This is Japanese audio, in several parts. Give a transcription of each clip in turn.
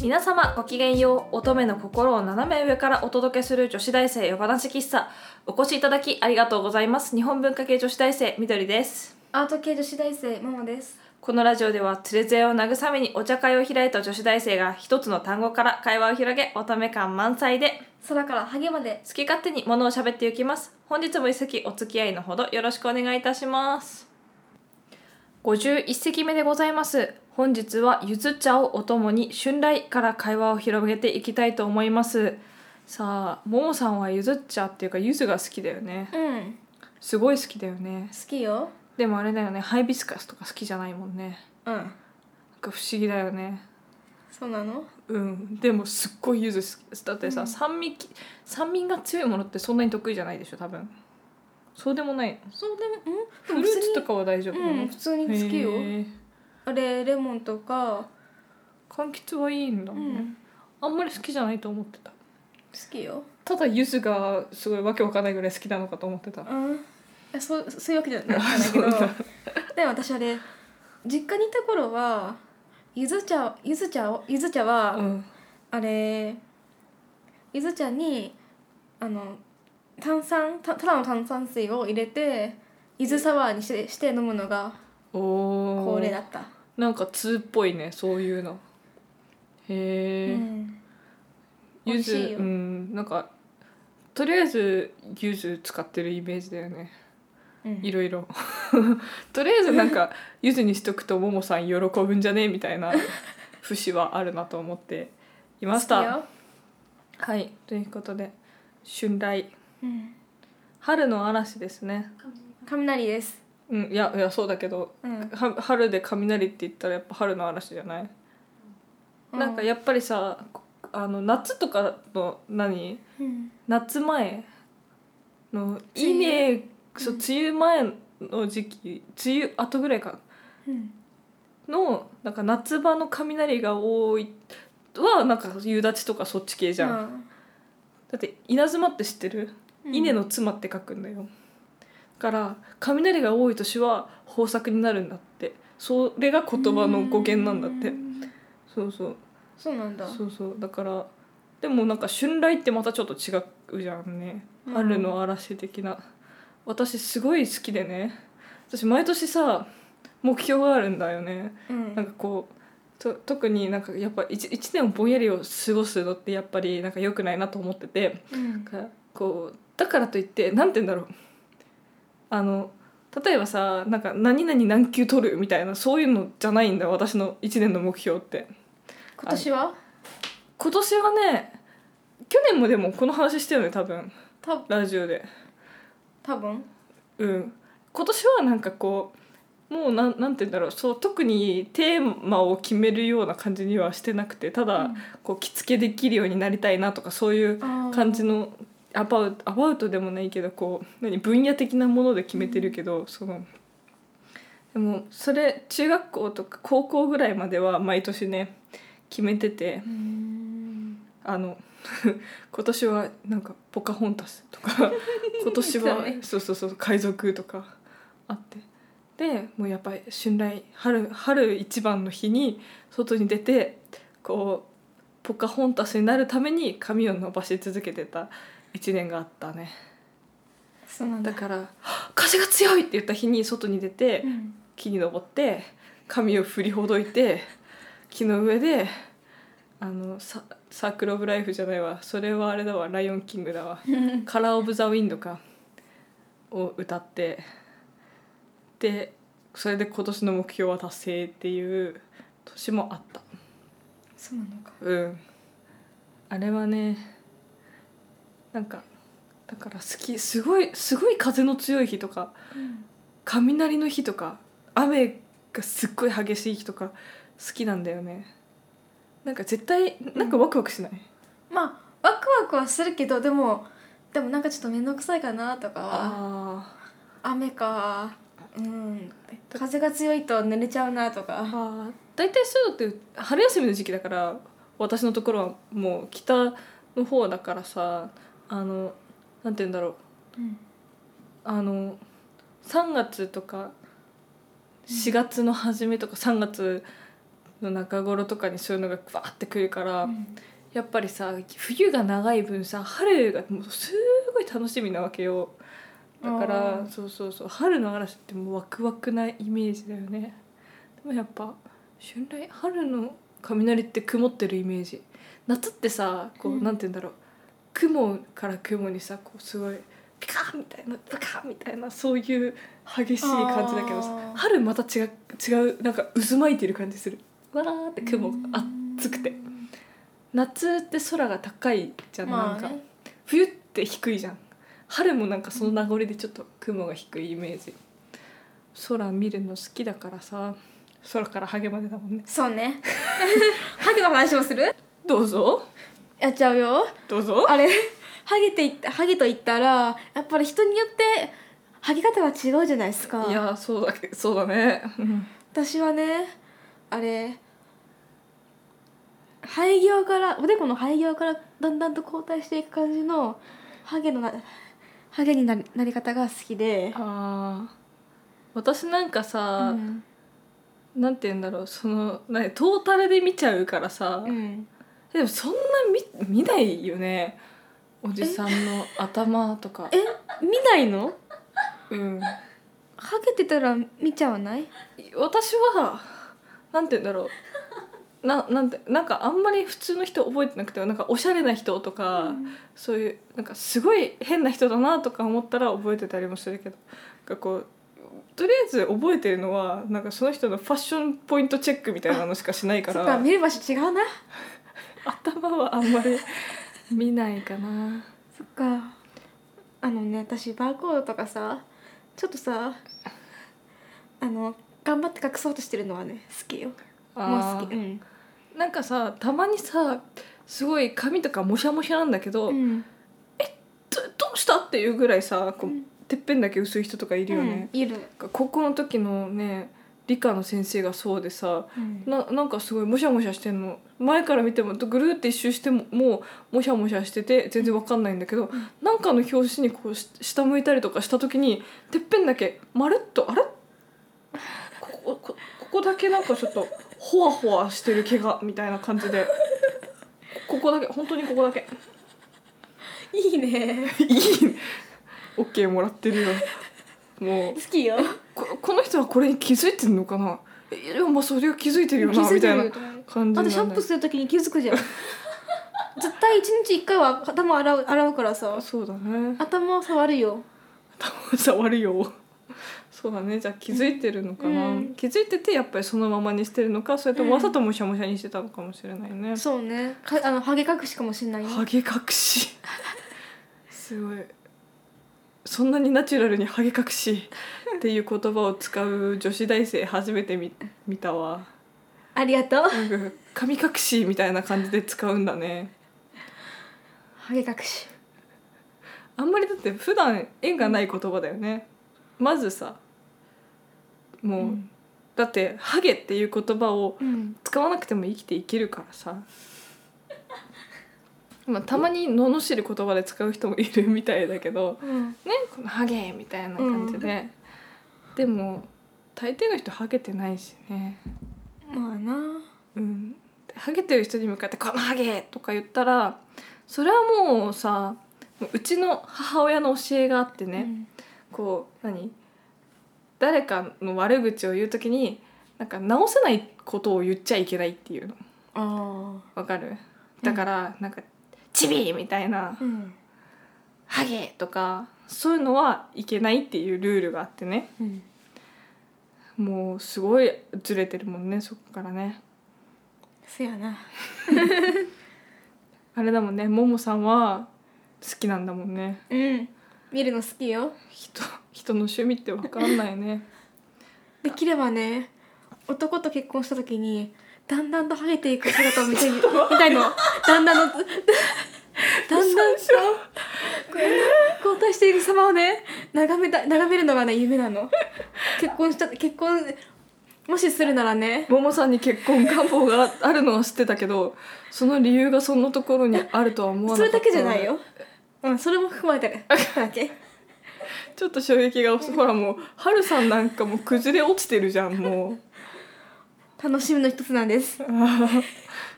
皆様ごきげんよう乙女の心を斜め上からお届けする女子大生夜話喫茶お越しいただきありがとうございます日本文化系女子大生みどりですアート系女子大生ママですこのラジオではつれづれを慰めにお茶会を開いた女子大生が一つの単語から会話を広げ乙女感満載で空からハゲまで好き勝手にものを喋っていきます本日も一席お付き合いのほどよろしくお願いいたします51席目でございます本日はゆず茶をお供に春来から会話を広げていきたいと思いますさあももさんはゆず茶っていうかゆずが好きだよねうんすごい好きだよね好きよでもあれだよねハイビスカスとか好きじゃないもんねうんなんか不思議だよねそうなのうんでもすっごいゆず好きだってさ、うん酸味き酸味が強いものってそんなに得意じゃないでしょ多分そうでもないそうでもフうんルーツとかかは大丈夫なうのん普通に好きよへーあれレモンとか柑橘はいいんだうね、んあんまり好きじゃないと思ってた好きよただ柚子がすごいわけわかんないぐらい好きなのかと思ってたうんいやそうそういうわけじゃないんだけそうどなんだでも私あれ実家にいた頃はゆず茶ゆず茶をゆず茶は、うんあれゆず茶にあの炭酸たただの炭酸水を入れてゆずサワーにしてして飲むのがお恒例だーった、なんか通っぽいねそういうのうへえん、美柚味子しいようんなんかとりあえず柚子使ってるイメージだよねうんいろいろ とりあえずなんかゆずにしとくとももさん喜ぶんじゃねみたいな節はあるなと思っていまし好きたよはいということで春来うん、春の嵐ですね雷です、うんいやいやそうだけどうん、は春で雷って言ったらやっぱ春の嵐じゃない、なんかやっぱりさこあの夏とかの何うん、夏前の梅雨いいねそううん梅雨前の時期梅雨後ぐらいかうん、のなんか夏場の雷が多いはなんか夕立とかそっち系じゃん、だって稲妻って知ってる、うん稲の妻って書くんだよだから雷が多い年は豊作になるんだってそれが言葉の語源なんだってうんそうそうそうなんだそうそうだからでもなんか春雷ってまたちょっと違うじゃんね、うん春の嵐的な私すごい好きでね私毎年さ目標があるんだよねうんなんかこうと特になんかやっぱ 1, 一年をぼんやりを過ごすのってやっぱりなんか良くないなと思っててうんなんかこうだからといってなんて言うんだろうあの例えばさなんか何々何級取るみたいなそういうのじゃないんだ私の1年の目標って今年は今年はね去年もでもこの話してるね多分たラジオで多分うん今年はなんかこうもうなんなんて言うんだろうそう特にテーマを決めるような感じにはしてなくてただ、こう着付けできるようになりたいなとかそういう感じののアバウトアバウトでもないけどこう何分野的なもので決めてるけど、そのでもそれ中学校とか高校ぐらいまでは毎年ね決めててうんあの 今年はなんか「ポカホンタス」と か今年そはうねそうそうそう「海賊」とかあってでもうやっぱり春来春春一番の日に外に出てこうポカホンタスになるために髪を伸ばし続けてた一年があったねそうなんだだから「 風が強い!」って言った日に外に出て、うん木に登って髪を振りほどいて木の上であのササークル・オブ・ライフじゃないわそれはあれだわライオン・キングだわカラー・オブ・ザ・ウィンドかを歌ってでそれで今年の目標は達成っていう年もあったそうなのかうんあれはねなんかだから好きすごいすごい風の強い日とかうん雷の日とか雨がすっごい激しい日とか好きなんだよねなんか絶対なんかワクワクしない、まあワクワクはするけどでもでもなんかちょっと面倒くさいかなとかあ雨かうん風が強いと濡れちゃうなとかあ大体そういうのって春休みの時期だから私のところはもう北の方だからさあのなんて言うんだろううんあの3月とか4月の初めとか3月の中頃とかにそういうのがバーってくるから、うんやっぱりさ冬が長い分さ春がもうすごい楽しみなわけよだかあらーそうそうそう春の嵐ってもうワクワクなイメージだよねでもやっぱ春雷春の雷って曇ってるイメージ夏ってさこう、うんなんて言うんだろう雲から雲にさこうすごいピカーみたいなピカーみたいなそういう激しい感じだけどさあー春また違う違うなんか渦巻いてる感じするわーって雲があ暑くて夏って空が高いじゃん、まなあんかね冬って低いじゃん春もなんかその名残でちょっと雲が低いイメージ空見るの好きだからさ空からハゲまでだもんねそうね ハゲの話もするどうぞやっちゃうよどうぞあれハゲていったハゲと言ったらやっぱり人によってハゲ方が違うじゃないですかいやそうだけそうだねうん私はねあれ生え際からおでこの生え際からだんだんと後退していく感じのハゲのなハゲになりなり方が好きで、あー私なんかうさ、んなんて言うんだろうそのなトータルで見ちゃうからさ、うん、でもそんな見見ないよねおじさんの頭とかえ見ないのうんハゲてたら見ちゃわない私はなんて言うんだろうななんてなんかあんまり普通の人覚えてなくてなんかおしゃれな人とか、そういうなんかすごい変な人だなとか思ったら覚えてたりもするけどなんかこうとりあえず覚えてるのはなんかその人のファッションポイントチェックみたいなのしかしないかそっらか見る場所違うな頭はあんまり見ないかな。そっかあのね私バーコードとかさちょっとさあの頑張って隠そうとしてるのはね好きよもう好きうん、なんかさたまにさすごい髪とかもしゃもしゃなんだけど、うん、どどうしたっていうぐらいさこう、うんてっぺんだけ薄い人とかいるよね、うんいる、なんか高校の時のね理科の先生がそうでさうんななんかすごいもしゃもしゃしてんの前から見てもぐるーって一周してももうもしゃもしゃしてて全然わかんないんだけど、なんかの拍子にこうし下向いたりとかした時にてっぺんだけまるっとあれこここここだけなんかちょっとほわほわしてる毛がみたいな感じでここだけ本当にここだけ。 いいねいいね OK もらってるよもう好きよここの人はこれに気づいてるのかないやでもまあそれは気づいてるよなみたいな感じだなっんてだシよャンプーするときに気づくじゃん絶対一日一回は頭洗う洗うからさそうだね 頭触るよ頭触るよそうだねじゃあ気づいてるのかな、うん気づいててやっぱりそのままにしてるのかそれともわざともしゃもしゃにしてたのかもしれないね、そうねかあのハゲ隠しかもしんないよハゲ隠し すごいそんなにナチュラルにハゲ隠しっていう言葉を使う女子大生初めて見見たわありがとうなんか 神隠しみたいな感じで使うんだねハゲ隠しあんまりだって普段縁がない言葉だよねまずさもう、うんだって「ハゲ」っていう言葉をうん使わなくても生きていけるから さ、まあ、たまに罵る言葉で使う人もいるみたいだけどうんねこの「ハゲ」みたいな感じで、でも大抵の人ハゲてないしねまあなうん、ハゲてる人に向かって「このハゲ!」とか言ったらそれはもうさうちの母親の教えがあってね、こう何誰かの悪口を言う時になんか直せないことを言っちゃいけないっていうのうん、あわかるだからなんか「チビ!」みたいなあうん「ハゲ!」とかそういうのはいけないっていうルールがあってねうんもうすごいずれてるもんねそこからね。せやなあれだもんねももさんは好きなんだもんね。うん見るの好きよ人人の趣味って分かんない ねできればね男と結婚した時にだんだんとハゲていく姿を見てみ 見たいのだんだんの だんだんと後退していく様をね眺めた眺めるのがね夢なの結婚した結婚もしするならねももさんに結婚願望があるのは知ってたけどその理由がそんなところにあるとは思わそなかっれただけじゃないようんそれも含まれてる だけちょっと衝撃がほらもうはるさんなんかもう崩れ落ちてるじゃんも楽しみの一つなんです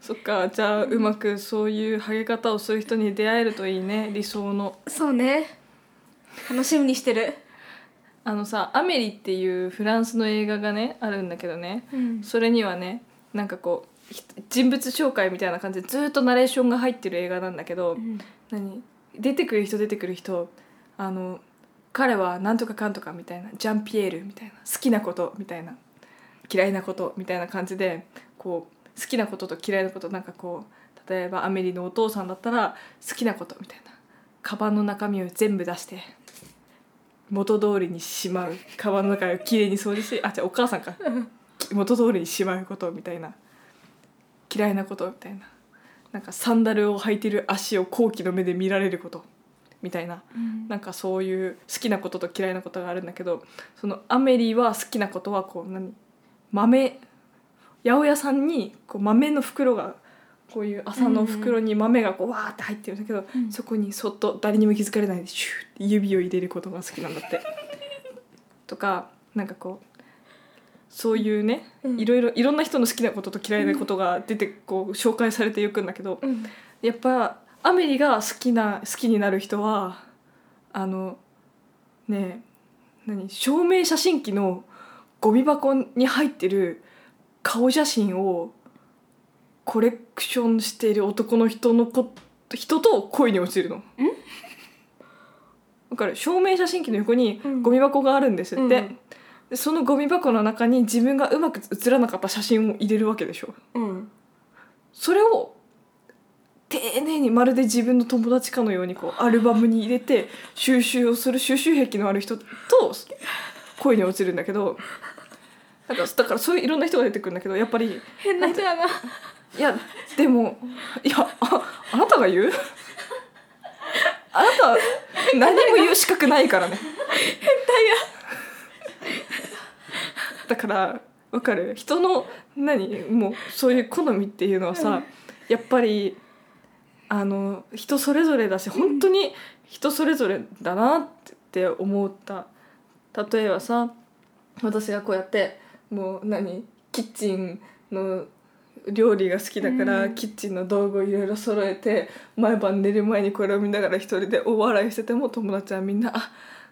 そっかじゃあうまくそういうハゲ方をする人に出会えるといいね理想のそうね楽しみにしてる、あのさ「アメリ」っていうフランスの映画がねあるんだけどねうんそれにはねなんかこうひ人物紹介みたいな感じでずーっとナレーションが入ってる映画なんだけど、何出てくる人出てくる人あの彼はなんとかかんとかみたいなジャンピエールみたいな好きなことみたいな嫌いなことみたいな感じでこう好きなことと嫌いなことなんかこう例えばアメリのお父さんだったら好きなことみたいなカバンの中身を全部出して元通りにしまうカバンの中をきれいに掃除しあ違うお母さんか元通りにしまうことみたいな嫌いなことみたいななんかサンダルを履いてる足を好奇の目で見られることみたいななんかそういう好きなことと嫌いなことがあるんだけどそのアメリは好きなことはこう何豆八百屋さんにこう豆の袋がこういう麻の袋に豆がこうわーって入ってるんだけど、うんそこにそっと誰にも気づかれないでシューって指を入れることが好きなんだって。とかなんかこうそういうね、うんいろいろいろんな人の好きなことと嫌いなことが出てこう紹介されていくんだけど、うんやっぱアメリが好きな好きになる人はあのねえ何証明写真機のゴミ箱に入ってる顔写真をコレクションしている男の人のこ人と恋に落ちるの。だから証明写真機の横にうんゴミ箱があるんですって、うんでそのゴミ箱の中に自分がうまく写らなかった写真を入れるわけでしょ。うんそれを丁寧にまるで自分の友達かのようにこうアルバムに入れて収集をする収集癖のある人と恋に落ちるんだけどなんかだからそういういろんな人が出てくるんだけどやっぱり変な人やないやでもいやああなたが言うあなた何も言う資格ないからね変態やだからわかる人の何もうそういう好みっていうのはさ、うんやっぱりあの人それぞれだし本当に人それぞれだなって思った例えばさ私がこうやってもう何キッチンの料理が好きだから、うんキッチンの道具をいろいろ揃えて毎晩寝る前にこれを見ながら一人で大笑いしてても友達はみんな「あ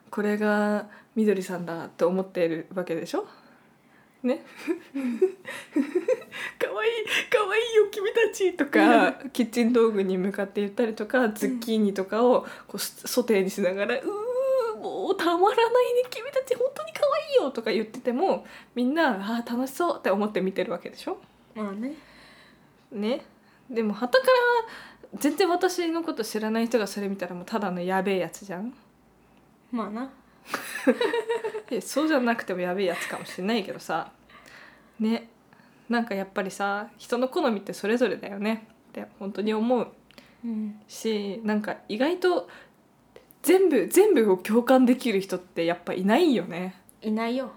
これがみどりさんだ」って思っているわけでしょね かわいいかわいいよ君たちとかキッチン道具に向かって言ったりとかズッキーニとかをこうソソテーにしながら「うーもうたまらないね君たち本当にかわいいよ」とか言っててもみんな「あー楽しそう」って思って見てるわけでしょまあねねでもはたから全然私のこと知らない人がそれ見たらもうただのやべえやつじゃんまあないやそうじゃなくてもやべえやつかもしれないけどさねなんかやっぱりさ人の好みってそれぞれだよねって本当に思ううんしなんか意外と全部全部を共感できる人ってやっぱいないよねいないよ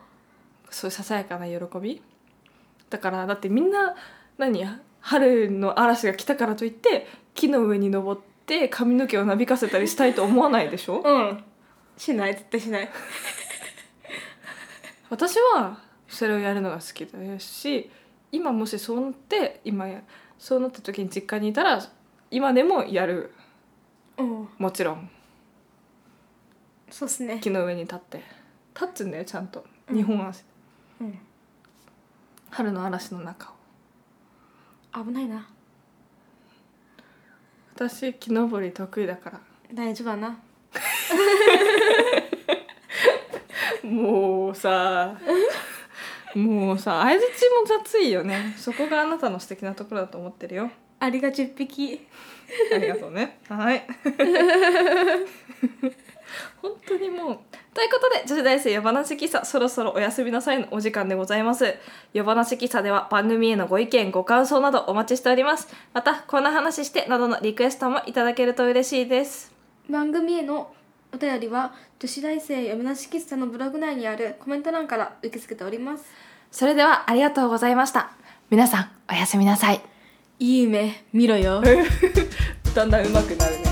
そういうささやかな喜びだからだってみんな何春の嵐が来たからといって木の上に登って髪の毛をなびかせたりしたいと思わないでしょうんしない絶対しない私はそれをやるのが好きですし今もしそうなって今そうなった時に実家にいたら今でもやるうんもちろんそうっすね木の上に立って立つんだよちゃんとうん日本足、うん春の嵐の中を危ないな私木登り得意だから大丈夫だなもうさ もうさ相づちも雑いよねそこがあなたの素敵なところだと思ってるよアリが10匹ありがとうねはい 本当にもうということで女子大生夜話喫茶そろそろお休みなさいのお時間でございます夜話喫茶では番組へのご意見ご感想などお待ちしておりますまたこんな話してなどのリクエストもいただけると嬉しいです番組へのお便りは女子大生読みなし喫茶のブログ内にあるコメント欄から受け付けておりますそれではありがとうございました皆さんおやすみなさいいい夢見ろよだんだん上手くなるね